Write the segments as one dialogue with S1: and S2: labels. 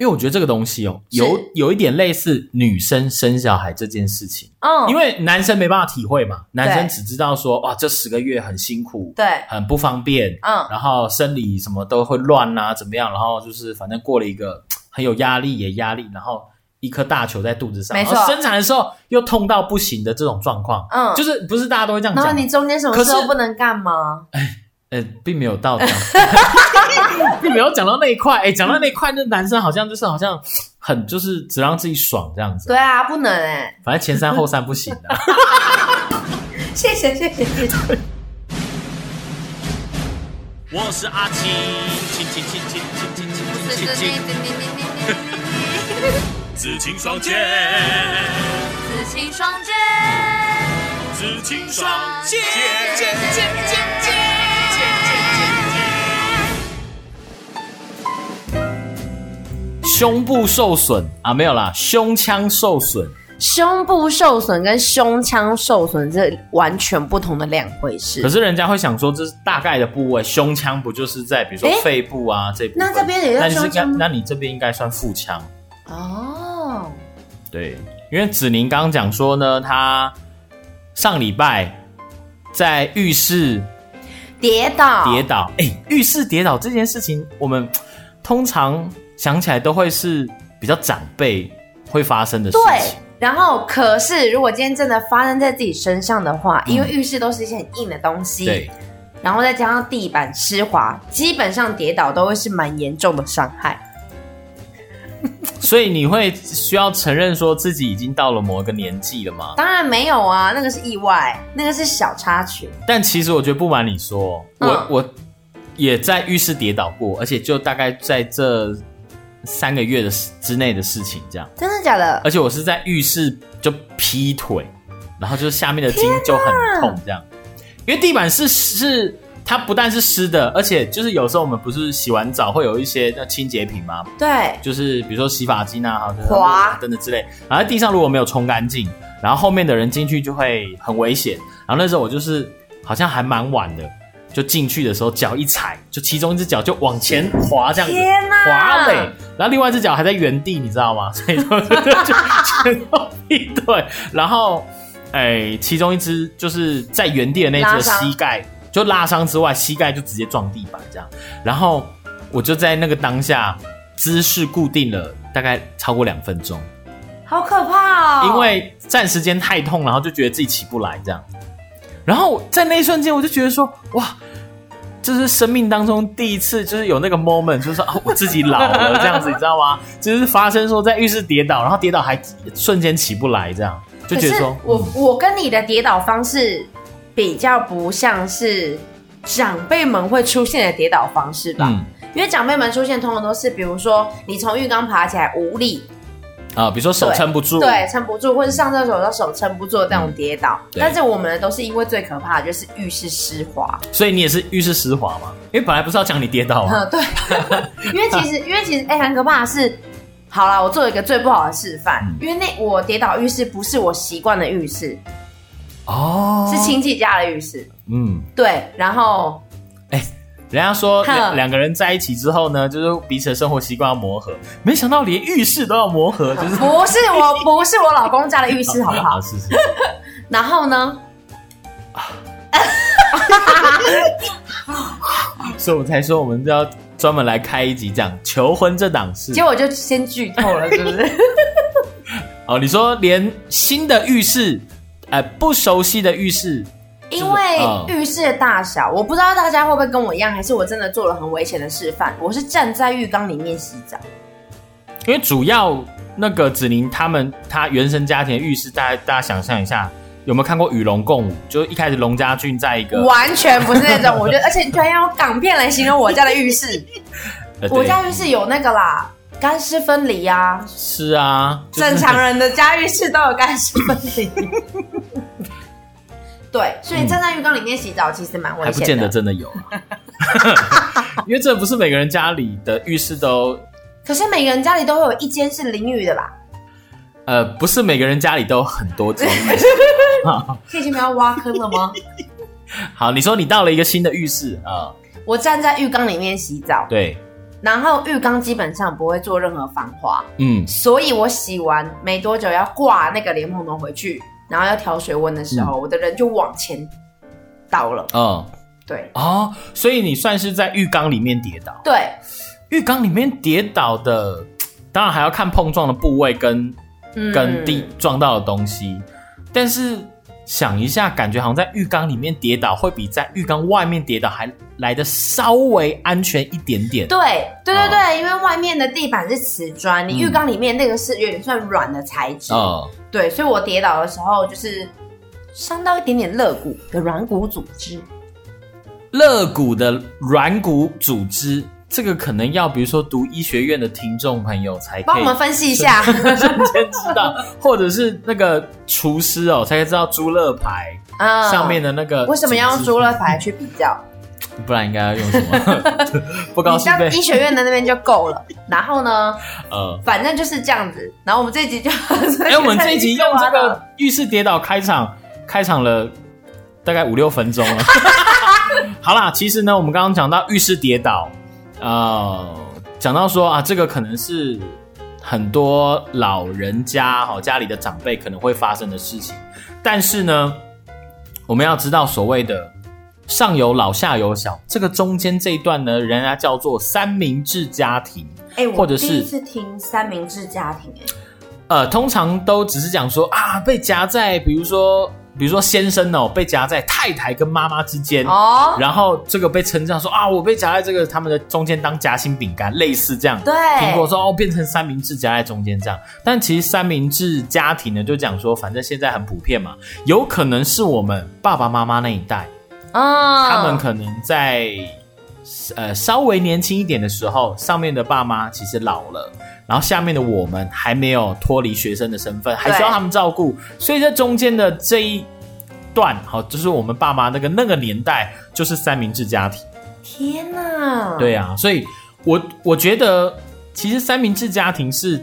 S1: 因为我觉得这个东西哦，
S2: 是
S1: 有有一点类似女生生小孩这件事情，
S2: 嗯，
S1: 因为男生没办法体会嘛，男生
S2: 对
S1: 只知道说哇，这十个月很辛苦，
S2: 对，
S1: 很不方便，
S2: 嗯，
S1: 然后生理什么都会乱啊，怎么样？然后就是反正过了一个很有压力也压力，然后一颗大球在肚子上，
S2: 没
S1: 然
S2: 错
S1: 后生产的时候又痛到不行的这种状况，
S2: 嗯
S1: 就是不是大家都会这样
S2: 然后
S1: 讲，
S2: 你中间什么
S1: 可
S2: 时
S1: 是
S2: 候不能干嘛？
S1: 呃，并没有到讲， 并没有讲到那一块，哎，讲到那一块，那男生好像就是好像很就是只让自己爽这样子，
S2: 对啊，不能哎、
S1: 反正前三后三不行的、
S2: 谢谢谢谢谢谢。
S1: 我是阿青，青青青青青青青青青，紫青双剑。
S3: 紫青双剑，
S1: 紫青
S3: 双剑
S1: 剑剑剑剑。胸部受损啊，没有啦，胸腔受损。
S2: 胸部受损跟胸腔受损这完全不同的两回
S1: 可
S2: 事。
S1: 是人家会想说，这是大概的部位，胸腔不就是在比如说
S2: 诶
S1: 肺部啊、这部分？
S2: 那这边也叫
S1: 那你是
S2: 胸腔吗
S1: 那你这边应该算腹腔。
S2: 哦，
S1: 对，因为子宁刚刚讲说呢，他上礼拜在浴室
S2: 跌倒，
S1: 跌倒，哎、浴室跌倒这件事情，我们通常想起来都会是比较长辈会发生的事
S2: 对
S1: 情。。
S2: 然后，可是如果今天真的发生在自己身上的话，因为浴室都是一些很硬的东西，，然后再加上地板湿滑，基本上跌倒都会是蛮严重的伤害。
S1: 所以你会需要承认说自己已经到了某一个年纪了吗？
S2: 当然没有啊，那个是意外，那个是小插曲。
S1: 但其实我觉得不瞒你说，我、
S2: 嗯
S1: 我也在浴室跌倒过，而且就大概在这三个月的时之内的事情这样。
S2: 真的假的？
S1: 而且我是在浴室就劈腿，然后就是下面的筋就很痛这样，因为地板是是它不但是湿的，而且就是有时候我们不是洗完澡会有一些那清洁品嘛，
S2: 对，
S1: 就是比如说洗发精啊，还有就是
S2: 滑
S1: 等等之类，然后地上如果没有冲干净，然后后面的人进去就会很危险。然后那时候我就是好像还蛮晚的。就进去的时候，脚一踩，就其中一只脚就往前滑，这样子
S2: 天哪
S1: 滑嘞，然后另外一只脚还在原地，你知道吗？ 所以就就就就劈腿，然后哎、其中一只就是在原地的那
S2: 拉
S1: 只的
S2: 伤
S1: 膝盖就拉伤之外，膝盖就直接撞地板这样，然后我就在那个当下姿势固定了大概超过两分钟，
S2: 好可怕哦！
S1: 因为站时间太痛，然后就觉得自己起不来这样。然后我在那一瞬间，我就觉得说，哇，这是生命当中第一次，就是有那个 moment，就是说啊，我自己老了这样 子，你知道吗？就是发生说在浴室跌倒，然后跌倒还瞬间起不来这样，就
S2: 可
S1: 觉
S2: 是
S1: 得说，
S2: 我、
S1: 嗯
S2: 我跟你的跌倒方式比较不像是长辈们会出现的跌倒方式吧，
S1: 嗯
S2: 因为长辈们出现通常都是，比如说你从浴缸爬起来无力，
S1: 啊、比如说手
S2: 对
S1: 撑不住，嗯
S2: 对，撑不住，或者上厕所的时候手撑不住的那种跌倒。
S1: 对
S2: 但是我们的都是因为最可怕的就是浴室湿滑，
S1: 所以你也是浴室湿滑嘛？因为本来不是要讲你跌倒啊吗？
S2: 嗯， 对，因为其实因为其实哎、很可怕的是。好啦，我做一个最不好的示范，
S1: 嗯
S2: 因为那我跌倒浴室不是我习惯的浴室，
S1: 哦，
S2: 是亲戚家的浴室。
S1: 嗯。
S2: 对，然后
S1: 人家说
S2: 哼
S1: 两两个人在一起之后呢，就是彼此的生活习惯要磨合，没想到连浴室都要磨合，就是
S2: 不是我，不是我老公家的浴室，好不好？
S1: 啊是是，嗯
S2: 然后呢，
S1: 所以我才说我们就要专门来开一集讲求婚这档事
S2: 结。果就先剧透了，是不是？
S1: 哦，你说连新的浴室，呃，不熟悉的浴室，
S2: 因为
S1: 嗯
S2: 浴室的大小，我不知道大家会不会跟我一样，还是我真的做了很危险的示范。我是站在浴缸里面洗澡，
S1: 因为主要那个子宁他们他原生家庭的浴室，大家大家想象一下，有没有看过《与龙共舞》？就一开始龙家俊在一个，
S2: 完全不是那种。我觉得，而且你居然用港片来形容我家的浴室，
S1: 呃
S2: 我
S1: 对
S2: 家浴室有那个啦，干湿分离啊。
S1: 是啊，就是
S2: 正常人的家浴室都有干湿分离。 对，所以站在浴缸里面洗澡其实蛮
S1: 嗯
S2: 危
S1: 还
S2: 险的。
S1: 不见得真的 有，因为这不是每个人家里的浴室都，
S2: 可是每个人家里都会有一间是淋浴的吧？
S1: 呃，不是每个人家里都有很多 间。
S2: 这已经不要挖坑了 吗？
S1: 好，你说你到了一个新的浴室啊、
S2: 我站在浴缸里面洗澡，
S1: 对，
S2: 然后浴缸基本上不会做任何防滑，
S1: 嗯，
S2: 所以我洗完没多久要挂那个莲蓬头回去，然后要调水温的时候，我的人就往前倒了。
S1: 嗯，
S2: 对
S1: 哦，所以你算是在浴缸里面跌倒。
S2: 对，
S1: 浴缸里面跌倒的，当然还要看碰撞的部位跟
S2: 嗯
S1: 跟地撞到的东西，但是想一下，感觉好像在浴缸里面跌倒会比在浴缸外面跌倒还来的稍微安全一点点。
S2: 对对对
S1: 哦
S2: 对，因为外面的地板是瓷砖，你浴缸里面那个是有点算软的材质。
S1: 嗯，
S2: 对，所以我跌倒的时候就是伤到一点点肋骨的软骨组织。
S1: 肋骨的软骨组织，这个可能要比如说读医学院的听众朋友才
S2: 帮
S1: 可
S2: 我
S1: 以
S2: 们分析一 下，
S1: 瞬间知道，或者是那个厨师哦，才可以知道猪肋排
S2: 啊
S1: 上面的那个
S2: 为什么要用猪肋排去比较？
S1: 组织，不然应该要用什么？ 不高
S2: 你
S1: 兴
S2: 像
S1: 被
S2: 医学院的那边就够了。然后呢，
S1: 呃。
S2: 反正就是这样子。然后我们这一集就， 哎
S1: 哎、我们这一集用这个浴室跌倒开场，开场了大概五六分钟了。 好啦，其实呢，我们刚刚讲到浴室跌倒，呃，讲到说啊，这个可能是很多老人家哈、哦、家里的长辈可能会发生的事情，但是呢，我们要知道所谓的。上有老，下有小，这个中间这一段呢，人家叫做三明治家庭。
S2: 哎，我
S1: 或者是
S2: 第一次听三明治家庭，哎，
S1: 呃，通常都只是讲说啊，被夹在，比如说，比如说先生哦，被夹在太太跟妈妈之间，
S2: 哦，
S1: 然后这个被称赞说啊，我被夹在这个他们的中间当夹心饼干，类似这样。
S2: 对，
S1: 苹果说哦，变成三明治夹在中间这样，但其实三明治家庭呢，就讲说，反正现在很普遍嘛，有可能是我们爸爸妈妈那一代，
S2: 嗯，
S1: 他们可能在呃稍微年轻一点的时候，上面的爸妈其实老了，然后下面的我们还没有脱离学生的身份，还需要他们照顾，所以在中间的这一段，好，就是我们爸妈那个那个年代，就是三明治家庭，
S2: 天哪，
S1: 对啊，所以我我觉得其实三明治家庭是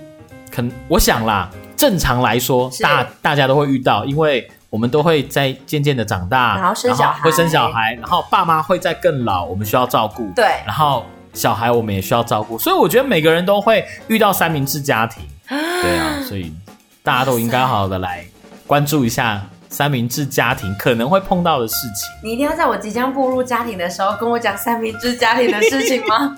S1: 可能，我想啦，正常来说，
S2: 是
S1: 大大家都会遇到，因为我们都会在渐渐的长大，
S2: 然后生小孩
S1: 会生小孩，然后爸妈会在更老，我们需要照顾，
S2: 对
S1: 然后小孩我们也需要照顾，所以我觉得每个人都会遇到三明治家 庭，对啊，所以大家都应该好好的来关注一下三明治家庭可能会碰到的事情。
S2: 你一定要在我即将步入家庭的时候跟我讲三明治家庭的事情吗？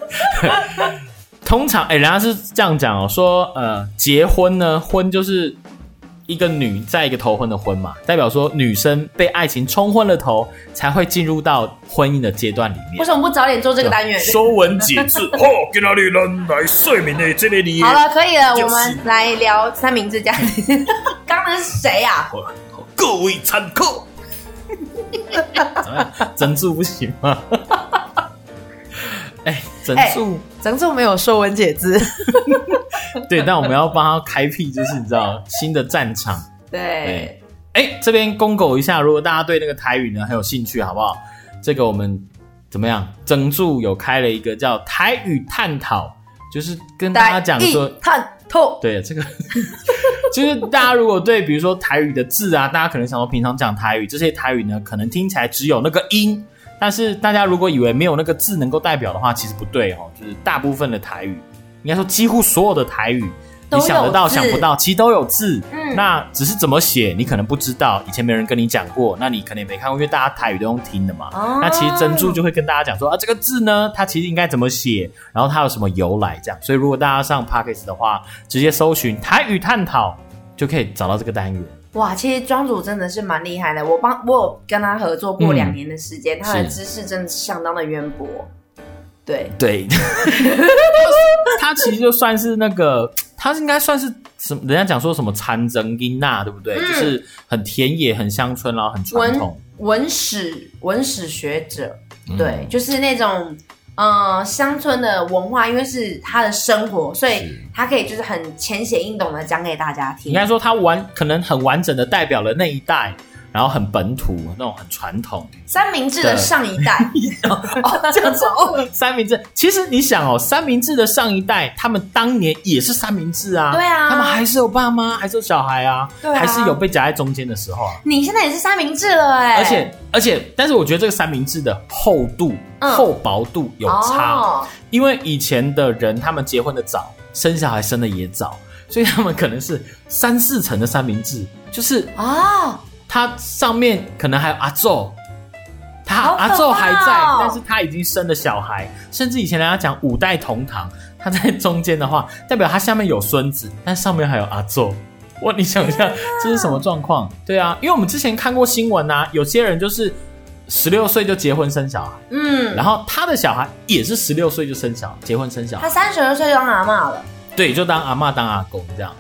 S1: 通常，哎、人家是这样讲哦，说呃，结婚呢，婚就是一个女在一个头婚的婚嘛，代表说女生被爱情冲昏了头，才会进入到婚姻的阶段里
S2: 为
S1: 面。
S2: 什么不早点做这个单元？
S1: 说文解 字，哦
S4: 好，今仔日咱来说明的这个字。
S2: 好了，可以了，
S4: 就是
S2: 我们来聊三明治家庭。 刚刚那是谁啊？
S4: 各位参考。
S1: 怎么样？整柱不行吗？ 哎、整柱、
S2: 整组没有说文解字。
S1: 对，但我们要帮他开辟，就是你知道新的战场。
S2: 对，
S1: 哎、这边公狗一下，如果大家对那个台语呢很有兴趣，好不好？这个我们怎么样？整柱有开了一个叫台语探讨，就是跟大家讲说
S2: 一，探透。
S1: 对这个，就是大家如果对比如说台语的字啊，大家可能想说平常讲台语这些台语呢，可能听起来只有那个音，但是大家如果以为没有那个字能够代表的话，其实不对哦。就是大部分的台语，应该说几乎所有的台语，
S2: 都
S1: 你
S2: 有
S1: 想得到
S2: 字
S1: 想不到，其实都有字。
S2: 嗯
S1: 那只是怎么写，你可能不知道，以前没人跟你讲过，那你可能也没看过，因为大家台语都用听的嘛。
S2: 哦
S1: 那其实珍珠就会跟大家讲说啊，这个字呢，它其实应该怎么写，然后它有什么由来这样。所以如果大家上 Pockets 的话，直接搜寻台语探讨，就可以找到这个单元。
S2: 哇，其实庄主真的是蛮厉害的，我帮我有跟他合作过
S1: 嗯
S2: 两年的时间，他
S1: 是
S2: 的知识真的是相当的渊博。对，
S1: 对， 它其实就算是那个，它应该算是什么？人家讲说什么残征英娜，对不对？
S2: 嗯
S1: 就是很田野、很乡村，然后很传
S2: 文
S1: 统。
S2: 文史文史学者，
S1: 嗯
S2: 对，就是那种呃乡村的文化，因为是他的生活，所以
S1: 是
S2: 他可以就是很浅显易懂的讲给大家听
S1: 应。该说它完可能很完整的代表了那一代，然后很本土那种很传统，
S2: 三明治的上一 代，
S1: 哦，这样子哦，三明治。其实你想哦，三明治的上一代，他们当年也是三明治 啊，
S2: 对啊
S1: 他们还是有爸妈，还是有小孩啊，
S2: 对啊
S1: 还是有被夹在中间的时候啊。
S2: 你现在也是三明治了哎、
S1: 而且而且，但是我觉得这个三明治的厚度、
S2: 嗯
S1: 厚薄度有差，
S2: 哦、
S1: 因为以前的人他们结婚的早，生小孩生的也早，所以他们可能是三四层的三明治，就是
S2: 哦，
S1: 它上面可能还有阿宙，他
S2: 好可怕哦
S1: 阿宙还在，但是他已经生了小孩，甚至以前人家讲五代同堂，他在中间的话，代表他下面有孙子，但上面还有阿宙。哇，你想一下，这是什么状况？对啊，因为我们之前看过新闻啊，有些人就是十六岁就结婚生小孩，
S2: 嗯，
S1: 然后他的小孩也是十六岁就生小结婚生小孩
S2: 他，三十二岁就当阿嬷了，
S1: 对，就当阿嬷当阿公这样。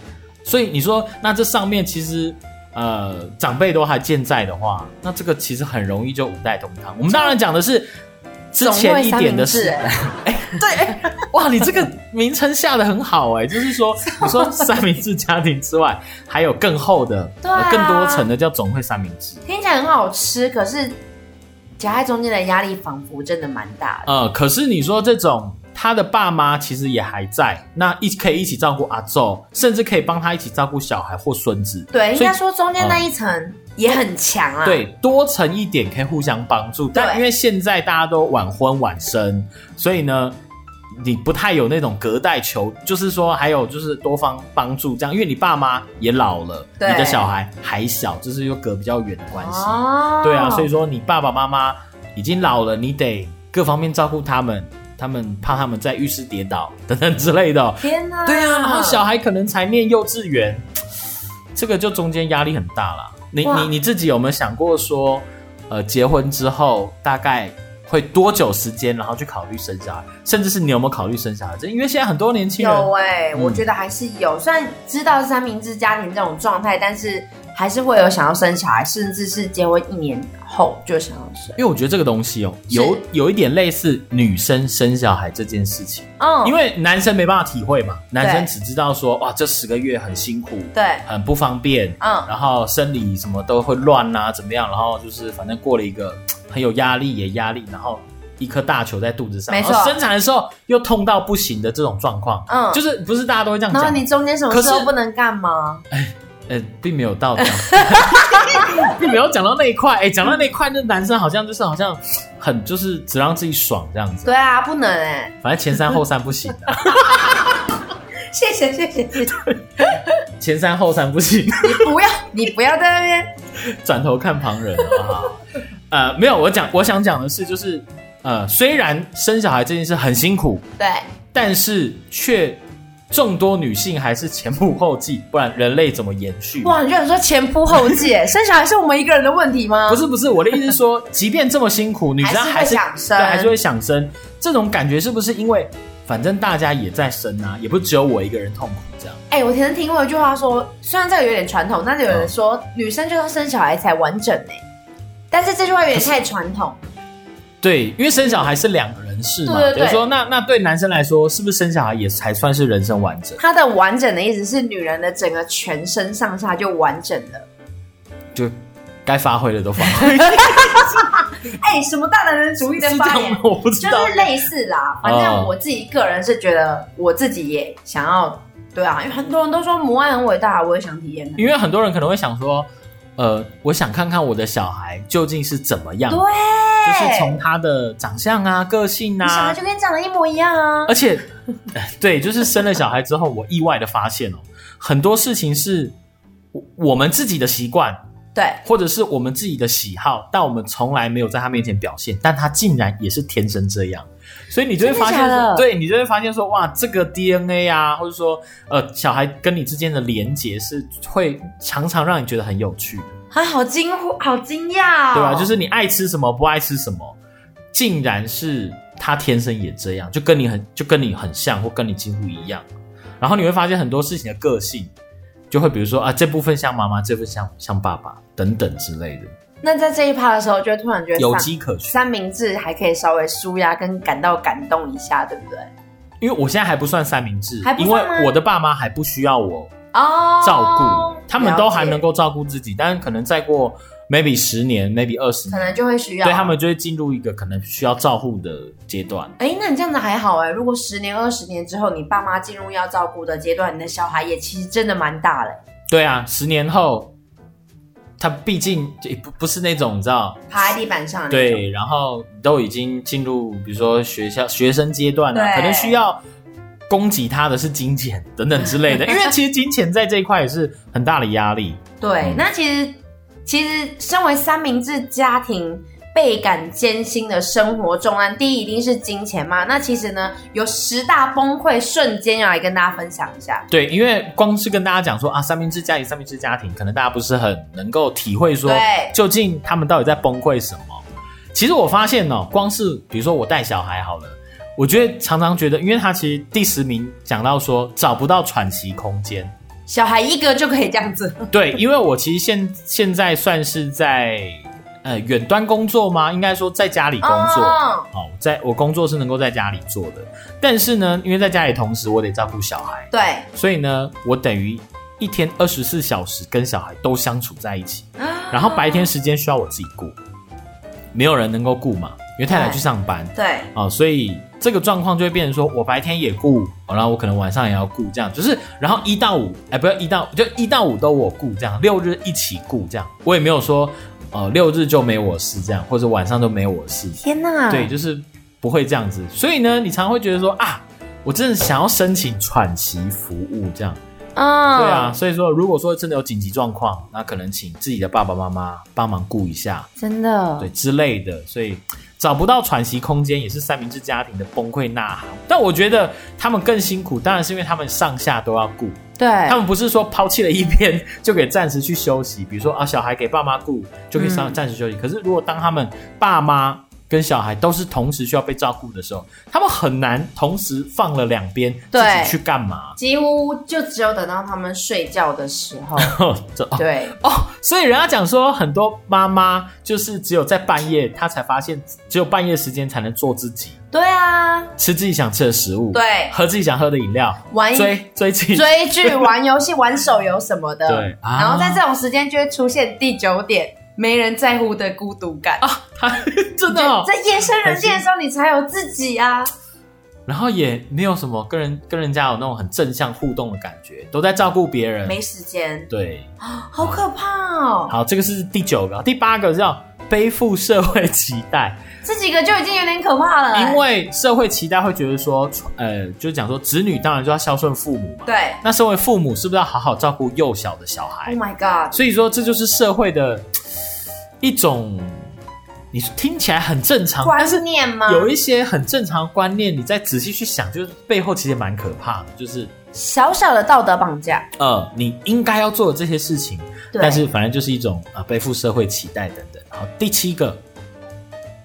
S1: 所以你说，那这上面其实呃长辈都还健在的话，那这个其实很容易就五代同堂。我们当然讲的是之前一点的事。
S2: 总 会
S1: 哎、对、哎哇，你这个名称下的很好哎、就是 说，你说三明治家庭之外，还有更厚的、
S2: 对啊
S1: 呃更多层的叫总会三明治。
S2: 听起来很好吃，可是夹在中间的压力仿佛真的蛮大的。
S1: 呃，可是你说这种他的爸妈其实也还在，那一可以一起照顾阿宙，甚至可以帮他一起照顾小孩或孙子。
S2: 对，应
S1: 所以
S2: 该说中间那一层也很强啊。
S1: 对，多层一点可以互相帮助，但
S2: 对
S1: 因为现在大家都晚婚晚生，所以呢，你不太有那种隔代求，就是说还有就是多方帮助这样，因为你爸妈也老了，你
S2: 对
S1: 的小孩还小，就是又隔比较远的关系。
S2: 哦，
S1: 对啊，所以说你爸爸妈妈已经老了，你得各方面照顾他们，他们怕他们在浴室跌倒等等之类的。
S2: 天哪，
S1: 对啊，然后小孩可能才念幼稚园，这个就中间压力很大啦。你
S2: 哇
S1: 你你自己有没有想过说，呃，结婚之后大概会多久时间，然后去考虑生小孩，甚至是你有没有考虑生小孩？这因为现在很多年轻人
S2: 有哎、我
S1: 嗯
S2: 觉得还是有。虽然知道三明治家庭这种状态，但是还是会有想要生小孩，甚至是结婚一年后就想要生。
S1: 因为我觉得这个东西哦，有
S2: 是
S1: 有一点类似女生生小孩这件事情，
S2: 嗯，
S1: 因为男生没办法体会嘛，男生
S2: 对
S1: 只知道说哇，这十个月很辛苦，
S2: 嗯对，
S1: 很不方便，
S2: 嗯
S1: 然后生理什么都会乱啊，怎么样？然后就是反正过了一个很有压力也压力，然后一颗大球在肚子上，
S2: 没
S1: 然
S2: 错
S1: 后生产的时候又痛到不行的这种状况，
S2: 嗯
S1: 就是不是大家都会这样
S2: 然后
S1: 讲，
S2: 你中间什么
S1: 可
S2: 事
S1: 是
S2: 都不能干吗？
S1: 呃，并没有到 这样，并没有讲到那一块，哎，讲到那一块，那男生好像就是好像很就是只让自己爽这样子，
S2: 对啊，不能哎、
S1: 反正前三后三不行啊 的，
S2: 谢谢谢谢谢谢，
S1: 前三后三不行。
S2: 你不要你不要在那边
S1: 转头看旁人，好不好？呃，没有，我讲我想讲的是，就是呃，虽然生小孩这件事很辛苦，
S2: 对。
S1: 但是却众多女性还是前仆后继，不然人类怎么延续？
S2: 哇，你居然说前仆后继欸，生小孩是我们一个人的问题吗？
S1: 不，是不是，我的意思是说， 即便这么辛苦，女生还是
S2: 还是会想生
S1: 对，还是会想生。这种感觉是不是因为反正大家也在生啊，也不只有我一个人痛苦这样？
S2: 哎、我曾经听过一句话说，虽然这个有点传统，但是有人说、
S1: 嗯
S2: 女生就是要生小孩才完整哎、但是这句话有点太传统。
S1: 对，因为生小孩是两个人事嘛，
S2: 对对
S1: 比
S2: 对
S1: 如说那那对男生来说，是不是生小孩也才算是人生完整？
S2: 它的完整的意思是，女人的整个全身上下就完整了。
S1: 就该发挥的都发挥。
S2: 哎、什么大男人主义的
S1: 是这
S2: 发
S1: 样
S2: 言
S1: 吗？，我不知
S2: 就
S1: 道。哦
S2: 是类似啦。反正我自己个人是觉得，我自己也想要，对啊，因为很多人都说母爱很伟大，我也想体验看看。
S1: 因为很多人可能会想说，呃，我想看看我的小孩究竟是怎么样，
S2: 对，
S1: 就是从他的长相啊、个性
S2: 你小孩
S1: 啊，
S2: 就跟长得一模一样啊。
S1: 而且，呃对，就是生了小孩之后，我意外的发现哦，很多事情是我我们自己的习惯，
S2: 对，
S1: 或者是我们自己的喜好，但我们从来没有在他面前表现，但他竟然也是天生这样，所以你就会发现
S2: 真的假
S1: 说，
S2: 的
S1: 对你就会发现说，哇，这个 DNA 啊，或者说呃，小孩跟你之间的连结是会常常让你觉得很有趣，
S2: 啊，好惊呼，好惊讶、哦，
S1: 对吧？啊就是你爱吃什么，不爱吃什么，竟然是他天生也这样，就跟你很就跟你很像，或跟你几乎一样，然后你会发现很多事情的个性。就会比如说啊，这部分像妈妈，这部分像像爸爸等等之类的，
S2: 那在这一趴的时候，就突然觉得
S1: 有
S2: 三
S1: 机可循。
S2: 三明治还可以稍微舒压跟感到感动一下，对不对？
S1: 因为我现在还不算三明治
S2: 还，不
S1: 因
S2: 算吗
S1: 为我的爸妈还不需要我
S2: 哦，
S1: 照顾，他们都还能
S2: 够
S1: 够照顾自己，但是可能再过 maybe 十年，maybe 二十
S2: 可
S1: 年，
S2: 能就会需要。
S1: 对他们就会进入一个可能需要照护的阶段。
S2: 哎，那你这样子还好哎。如果十年、二十年之后，你爸妈进入要照顾的阶段，你的小孩也其实真的蛮大嘞。
S1: 对啊，十年后，他毕竟也不不是那种你知道，
S2: 趴在地板上的那种。
S1: 对，然后都已经进入比如说学校学生阶段了、
S2: 对
S1: 可能需要供给他的是金钱等等之 类的，因为其实金钱在这一块也是很大的压力。嗯
S2: 对，那其实其实身为三明治家庭。倍感艰辛的生活重担，第一一定是金钱嘛。那其实呢，有十大崩溃瞬间要来跟大家分享一下。
S1: 对，因为光是跟大家讲说啊，三明治家庭、三明治家庭，可能大家不是很能够体会说
S2: 对，
S1: 究竟他们到底在崩溃什么。其实我发现哦，光是比如说我带小孩好了，我觉得常常觉得，因为他其实第十名讲到说找不到喘息空间，
S2: 小孩一个就可以这样子，
S1: 对，因为我其实现现在算是在呃远端工作吗？应该说在家里工作。
S2: 哦
S1: 好，在我工作是能够在家里做的，但是呢，因为在家里同时我得照顾小孩，
S2: 对，
S1: 所以呢，我等于一天二十四小时跟小孩都相处在一起，然后白天时间需要我自己顾，没有人能够顾嘛，因为太太去上班
S2: 嗯对，
S1: 啊、所以这个状况就会变成说我白天也顾，哦然后我可能晚上也要顾，这样就是，然后一到五，哎，不要一到就一到五都我顾这样，六日一起顾这样，我也没有说呃六日就没我事这样，或者晚上就没我事，
S2: 天哪，
S1: 对，就是不会这样子。所以呢，你常会觉得说啊，我真的想要申请喘息服务这样。
S2: 嗯，
S1: 对啊，，所以说如果说真的有紧急状况，那可能请自己的爸爸妈妈帮忙顾一下，
S2: 真的，
S1: 对之类的。所以找不到喘息空间，也是三明治家庭的崩溃呐喊。但我觉得他们更辛苦，当然是因为他们上下都要顾。
S2: 对，
S1: 他们不是说抛弃了一边就可以暂时去休息，比如说啊，小孩给爸妈顾就可以上
S2: 嗯
S1: 暂时休息。可是如果当他们爸妈跟小孩都是同时需要被照顾的时候，他们很难同时放了两边自
S2: 对
S1: 己去干嘛？
S2: 几乎就只有等到他们睡觉的时 候，
S1: 这哦
S2: 对，
S1: 哦，所以人家讲说，很多妈妈就是只有在半夜，她才发现只有半夜时间才能做自己，
S2: 对啊，
S1: 吃自己想吃的食物，
S2: 对
S1: 喝自己想喝的饮料，
S2: 玩
S1: 追追自己
S2: 追剧、玩游戏、玩手游什么的，
S1: 对啊
S2: 然后在这种时间就会出现第九点没人在乎的孤独感。
S1: 啊，她 真的、哦、
S2: 在夜深人静的时候，你才有自己啊！
S1: 然后也没有什么跟人跟人家有那种很正向互动的感觉，都在照顾别人。
S2: 没时间，啊
S1: 对，
S2: 好可怕哦！
S1: 好，这个是第九个，第八个叫背负社会期 待，
S2: 这几个就已经有点可怕了、
S1: 因为社会期待会觉得说，呃，就是讲说子女当然就要孝顺父母嘛，
S2: 对
S1: 那身为父母是不是要好好照顾幼小的小孩
S2: ，Oh？my God，
S1: 所以说这就是社会的嘖一种，你听起来很正常，但是
S2: 观念吗？
S1: 有一些很正常的观念，你再仔细去想，就是背后其实也蛮可怕的，就是。
S2: 小小的道德绑架，
S1: 呃，你应该要做的这些事情，
S2: 对，
S1: 但是反正就是一种啊、呃背负社会期待等等。然后第七个，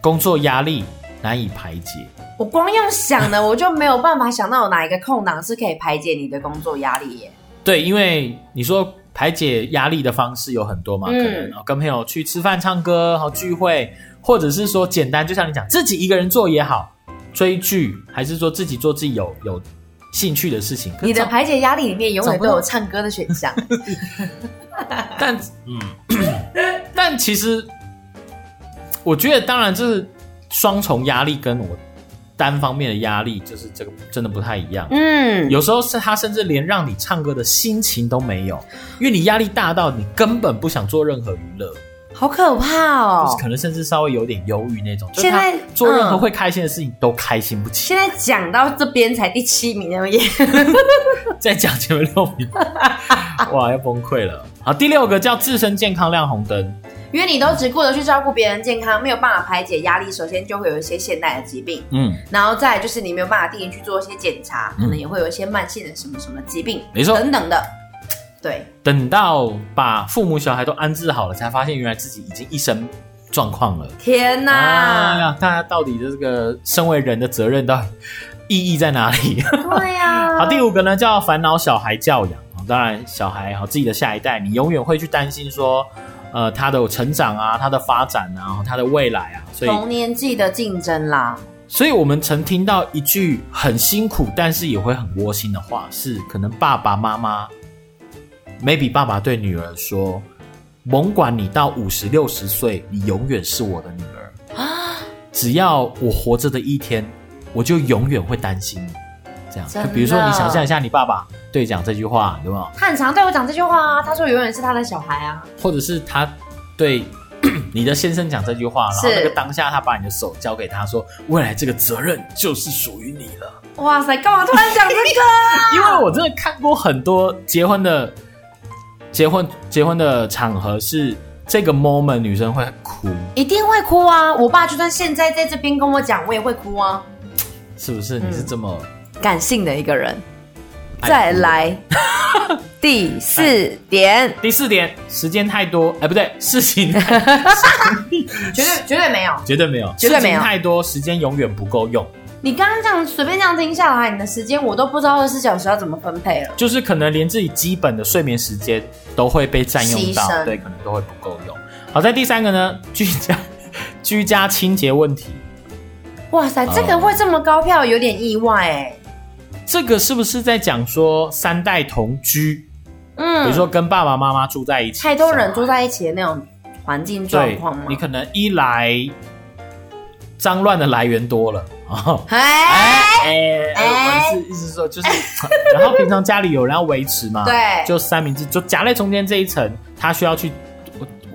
S1: 工作压力难以排解，
S2: 我光用想的，我就没有办法想到有哪一个空档是可以排解你的工作压力耶。
S1: 对，因为你说排解压力的方式有很多嘛，
S2: 嗯
S1: 可能、哦、跟朋友去吃饭、唱歌、然后聚会，或者是说简单，就像你讲，自己一个人做也好，追剧，还是说自己做自己有有兴趣的事情。可是
S2: 你的
S1: 找
S2: 排解压力里面永
S1: 找
S2: 远
S1: 不
S2: 都
S1: 到
S2: 有唱歌的选 项，
S1: 但嗯，但其实我觉得，当然这是双重压力跟我单方面的压力，就是这个真的不太一样。
S2: 嗯，
S1: 有时候是他甚至连让你唱歌的心情都没有，因为你压力大到你根本不想做任何娱乐，
S2: 好可怕
S1: 就是
S2: 哦！
S1: 可能甚至稍微有点忧郁那种。就是
S2: 现在
S1: 他做任何
S2: 嗯
S1: 会开心的事情都开心不起
S2: 现。在讲到这边才第七名而已， 嗯
S1: 再讲前面六名， 哇，要崩溃了。好，第六个叫自身健康亮红灯。
S2: 因为你都只顾着去照顾别人健康，没有办法排解压力，首先就会有一些现代的疾病，
S1: 嗯，
S2: 然后再来就是你没有办法定期去做一些检查，
S1: 嗯
S2: 可能也会有一些慢性的什么什么疾病，
S1: 没错
S2: 等等的，对，
S1: 等到把父母小孩都安置好了，才发现原来自己已经一身状况了。
S2: 天哪！
S1: 哎呀，大家到底的这个身为人的责任到底意义在哪里？
S2: 对 呀、
S1: 好，第五个呢叫烦恼小孩教养。哦当然，小孩好自己的下一代，你永远会去担心说，呃，他的成长啊，他的发展啊，他的未来啊，所以
S2: 同年纪的竞争啦，
S1: 所以我们曾听到一句很辛苦，但是也会很窝心的话，是可能爸爸妈妈，maybe 爸爸对女儿说：“甭管你到五十六十岁，你永远是我的女儿啊！只要我活着的一天，我就永远会担心你。这样，
S2: 真
S1: 就
S2: 的
S1: 比如说你想象一下，你爸爸对你讲这句话，有没有？
S2: 他很常对我讲这句话啊，他说永远是他的小孩啊，
S1: 或者是他对 你的先生讲这句话，然后
S2: 是
S1: 那个当下他把你的手交给他说，未来这个责任就是属于你了。
S2: 哇塞，干嘛突然讲 这个？
S1: 因为我真的看过很多结婚的结婚结婚的场合是这个 moment 女生会哭，
S2: 一定会哭啊！我爸就算现在在这边跟我讲，我也会哭啊。
S1: 是不
S2: 嗯
S1: 是？你是这么
S2: 感性的一个人，
S1: 爱哭
S2: 再来第四点，
S1: 第四点，时间太多，哎，不对，事情 太
S2: 绝对绝对没有。
S1: 绝对没有，
S2: 绝对没有
S1: 事情太多，时间永远不够用。
S2: 你刚刚这样随便这样听下来，你的时间我都不知道二十四小时要怎么分配了。
S1: 就是可能连自己基本的睡眠时间都会被占用
S2: 牺牲
S1: 到，对，可能都会不够用。好在第三个呢，居家 居家清洁问题，
S2: 哇
S1: 嗯
S2: 塞，这个会这么高票，有点意外哎、
S1: 这个是不是在讲说三代同居？
S2: 嗯，
S1: 比如说跟爸爸妈妈住在一起，
S2: 太多人住在一起的那种环境状
S1: 对
S2: 况，嘛
S1: 你。可能一来脏乱的来源多了哦。
S2: 哎，
S1: 哎
S2: 哎
S1: 哎，我是意思是说就是， 然后平常家里有人要维持嘛，
S2: 对
S1: 就三明治，就夹在中间这一层，它需要去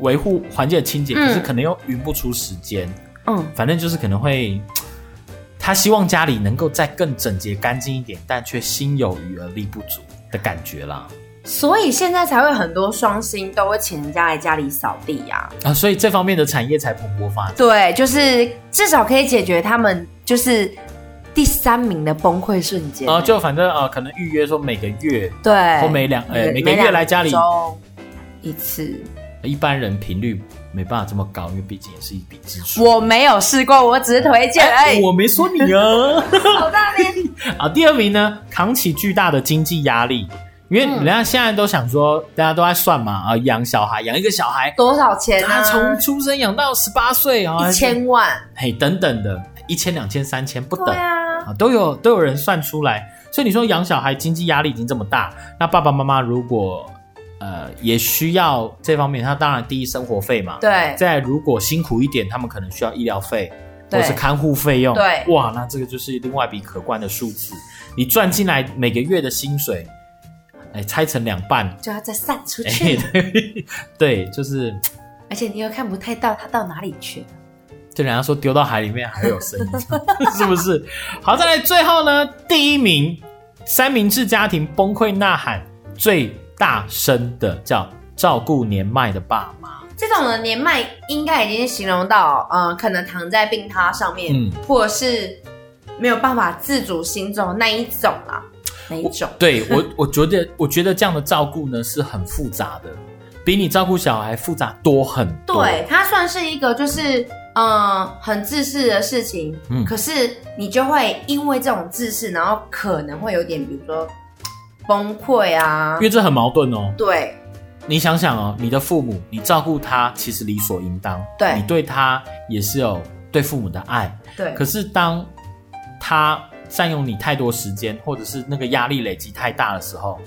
S1: 维护环境的清洁，
S2: 嗯
S1: 可是可能又匀不出时间，
S2: 嗯，
S1: 反正就是可能会，他希望家里能够再更整洁干净一点，但却心有余而力不足的感觉啦。
S2: 所以现在才会很多双薪都会请人家来家里扫地呀、
S1: 啊，所以这方面的产业才蓬勃发展。
S2: 对，就是至少可以解决他们就是第三名的崩溃瞬间。
S1: 啊、就反正啊、呃可能预约说每个月
S2: 对，
S1: 或每两呃
S2: 每
S1: 每个月来家里
S2: 两周一次。
S1: 呃一般人频率没办法这么高，因为毕竟也是一笔支出。
S2: 我没有试过，我只是推荐。哎、
S1: 我没说你啊。
S2: 好大面，
S1: 啊，第二名呢，扛起巨大的经济压力，因为
S2: 嗯
S1: 人家现在都想说，大家都在算嘛，啊，养小孩，养一个小孩，
S2: 多少钱
S1: 他
S2: 啊？
S1: 从出生养到十八岁啊，
S2: 一千万。
S1: 嘿等等的，一千、两千、三千不等
S2: 对啊，
S1: 啊，都有都有人算出来。所以你说养小孩经济压力已经这么大，那爸爸妈妈如果呃也需要这方面，他当然第一生活费嘛，
S2: 对
S1: 再如果辛苦一点，他们可能需要医疗费或
S2: 对
S1: 是看护费用。
S2: 对
S1: 哇，那这个就是另外一笔可观的数字。你赚进来每个月的薪水，哎，拆成两半，
S2: 就要再散出
S1: 哎
S2: 去，，
S1: 对，对，就是
S2: 而且你又看不太到它到哪里去。
S1: 对人家说丢到海里面还有声音， 是不是？好，再来最后呢，第一名三明治家庭崩溃呐喊最大声的叫照顾年迈的爸妈。
S2: 这种的年迈应该已经形容到，嗯、可能躺在病榻上面，
S1: 嗯
S2: 或者是没有办法自主行走那一种啦，那一种。
S1: 对我，我觉得，我觉得这样的照顾呢是很复杂的，比你照顾小孩复杂多很多。
S2: 对，它算是一个就是嗯、呃很自私的事情，
S1: 嗯
S2: 可是你就会因为这种自私，然后可能会有点比如说崩溃啊
S1: 因，为这很矛盾哦。
S2: 对
S1: 你想想哦，你的父母，你照顾他，其实理所应当。
S2: 对
S1: 你对他也是有对父母的爱。
S2: 对
S1: 可是当他占用你太多时间，或者是那个压力累积太大的时候，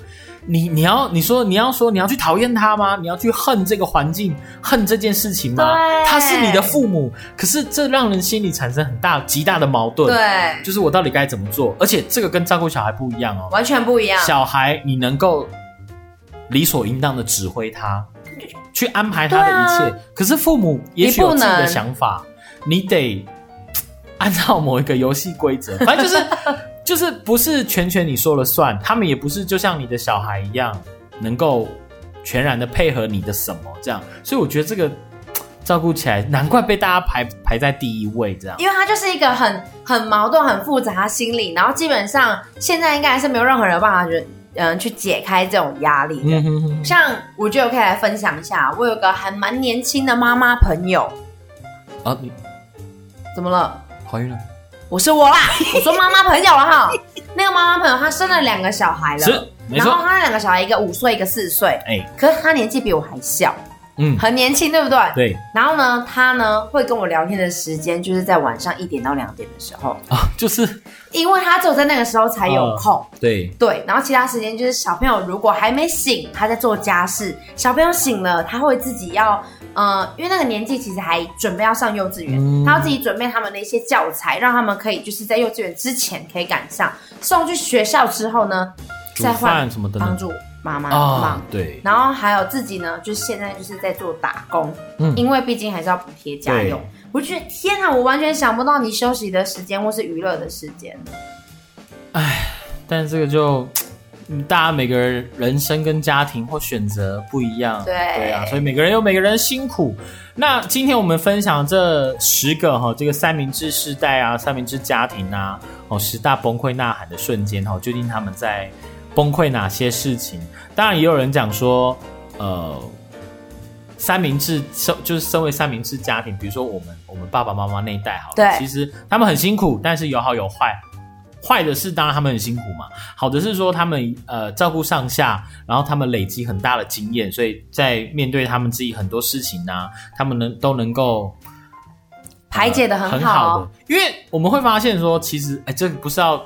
S1: 你你要你说你要说你要去讨厌他吗？你要去恨这个环境，恨这件事情吗
S2: 对？
S1: 他是你的父母，可是这让人心里产生很大极大的矛盾。
S2: 对，，
S1: 就是我到底该怎么做？而且这个跟照顾小孩不一样哦。
S2: 完全不一样。
S1: 小孩你能够理所应当的指挥他，去安排他的一切。可是父母也许有自己
S2: 你不
S1: 的
S2: 能
S1: 想法，你得按照某一个游戏规则， 反正就是就是不是全权你说了算，他们也不是就像你的小孩一样能够全然的配合你的什么这样。所以我觉得这个照顾起来，难怪被大家排排在第一位这样。
S2: 因为他就是一个很很矛盾、很复杂的心理，然后基本上现在应该还是没有任何人有办法人嗯去解开这种压力的。
S1: 嗯哼哼，
S2: 像我觉得我可以来分享一下，我有个还蛮年轻的妈妈朋友，
S1: 啊，你
S2: 怎么了？
S1: 怀孕了？
S2: 我是我啦，我说妈妈朋友了啊哈。那个妈妈朋友她生了两个小孩了，
S1: 是，没
S2: 然后
S1: 错。
S2: 她那两个小孩一个五岁一个四岁，
S1: 哎，
S2: 可是她年纪比我还小，
S1: 嗯，
S2: 很年轻，对不对？
S1: 对
S2: 然后呢，他呢会跟我聊天的时间就是在晚上一点到两点的时候，
S1: 啊，就是
S2: 因为他只有在那个时候才
S1: 啊
S2: 有空。
S1: 对
S2: 对，然后其他时间就是小朋友如果还没醒，他在做家事；小朋友醒了，他会自己要，呃，因为那个年纪其实还准备要上幼稚园，
S1: 嗯
S2: 他要自己准备他们的一些教材，让他们可以就是在幼稚园之前可以赶上，送去学校之后呢，
S1: 煮
S2: 再换
S1: 饭什么的
S2: 帮
S1: 呢
S2: 助妈妈忙
S1: 啊，。对
S2: 然后还有自己呢，就是现在就是在做打工，
S1: 嗯
S2: 因为毕竟还是要补贴家
S1: 对
S2: 用。我就觉得天啊，我完全想不到你休息的时间或是娱乐的时间。
S1: 但这个就嗯大家每个人人生跟家庭或选择不一样，
S2: 对
S1: 对啊，所以每个人有每个人的辛苦。那今天我们分享这十个哈，这个三明治世代啊，三明治家庭啊，哦，十大崩溃呐喊的瞬间哦，究竟他们在崩溃哪些事情？当然，也有人讲说，呃，三明治身就是身为三明治家庭，比如说我们我们爸爸妈妈那一代好了，
S2: 对
S1: 其实他们很辛苦，但是有好有坏。坏的是，当然他们很辛苦嘛。好的是说他们呃照顾上下，然后他们累积很大的经验，所以在面对他们自己很多事情啊，他们能都能够
S2: 排解的很
S1: 呃很
S2: 好哦
S1: 的，因为我们会发现说，其实哎，这个不是要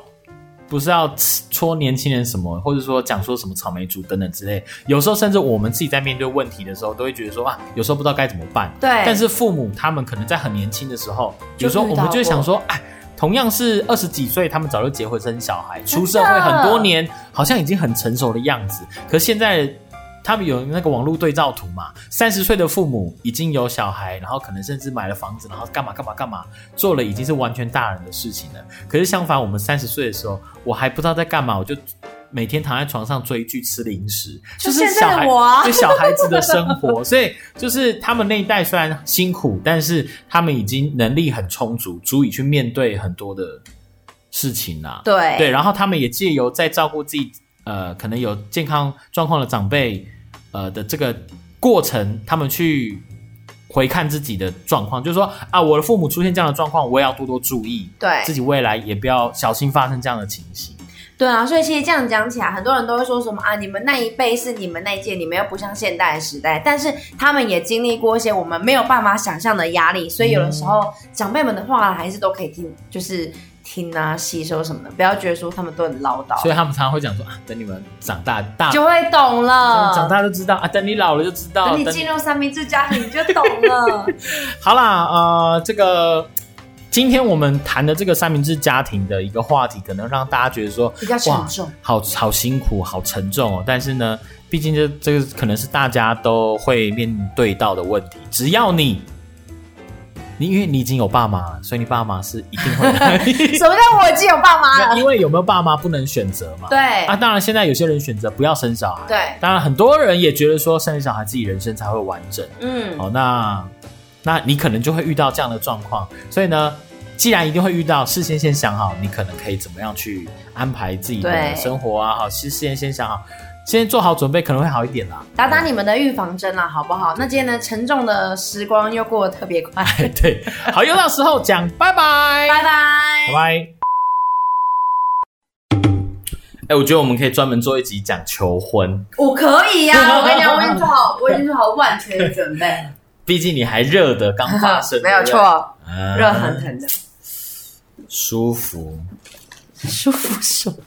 S1: 不是要戳年轻人什么，或者说讲说什么草莓族等等之类，有时候甚至我们自己在面对问题的时候，都会觉得说啊，有时候不知道该怎么办。
S2: 对
S1: 但是父母他们可能在很年轻的时候，
S2: 就
S1: 有时候我
S2: 遇到
S1: 们
S2: 过
S1: 就会想说，哎，同样是二十几岁，他们早就结婚生小孩，
S2: 真
S1: 出
S2: 的
S1: 社会很多年，好像已经很成熟的样子。可现在他们有那个网络对照图嘛，三十岁的父母已经有小孩，然后可能甚至买了房子，然后干嘛干嘛干嘛，做了已经是完全大人的事情了。可是相反，我们三十岁的时候，我还不知道在干嘛，我就。每天躺在床上追剧、吃零食，
S2: 就是现在
S1: 小
S2: 的
S1: 孩
S2: 我啊
S1: 对小孩子的生活，所以就是他们那一代虽然辛苦，但是他们已经能力很充足，足以去面对很多的事情啦、
S2: 对
S1: 对，然后他们也借由在照顾自己呃可能有健康状况的长辈呃的这个过程，他们去回看自己的状况，就是说啊，我的父母出现这样的状况，我也要多多注意，
S2: 对
S1: 自己未来也不要小心发生这样的情形。
S2: 对啊，所以其实这样讲起来，很多人都会说什么啊，你们那一辈是你们那一届，你们又不像现代的时代，但是他们也经历过一些我们没有办法想象的压力，所以有的时候长辈们的话还是都可以听，就是听啊、吸收什么的，不要觉得说他们都很唠
S1: 所
S2: 叨，
S1: 以他们常常会讲说啊，等你们长大大
S2: 就会懂了。
S1: 长大就知道啊，等你老了就知道。
S2: 呃等你
S1: 等
S2: 进入三明治家庭，你就懂了。
S1: 好啦，呃，这个今天我们谈的这个三明治家庭的一个话题，可能让大家觉得说
S2: 比较沉重
S1: 哇好好辛苦，好沉重哦。但是呢，毕竟这这个可能是大家都会面对到的问题。只要你，你因为你已经有爸妈了，所以你爸妈是一定会 来
S2: 什么叫我已经有爸妈
S1: 那
S2: 了？
S1: 因为有没有爸妈不能选择嘛。
S2: 对、
S1: 啊，当然现在有些人选择不要生小孩，
S2: 对，
S1: 当然很多人也觉得说生小孩自己人生才会完整。
S2: 嗯，
S1: 哦，那那你可能就会遇到这样的状况，所以呢，既然一定会遇到，事先先想好，你可能可以怎么样去安排自己的
S2: 对
S1: 生活啊，好，事先先想好，先做好准备，可能会好一点啦。
S2: 打打你们的预防针啦、啊好不好？那今天呢，沉重的时光又过得特别快，
S1: 对，好，又到时候讲，拜拜，
S2: 拜拜
S1: 拜。拜。哎、我觉得我们可以专门做一集讲求婚，
S2: 我可以呀、 我跟你讲，我已经做好，我已经做好万全的准备，
S1: 毕竟你还热的刚发生，
S2: 没有错，
S1: 对不对，
S2: 热腾腾的，
S1: 啊舒服。
S2: 舒服舒服。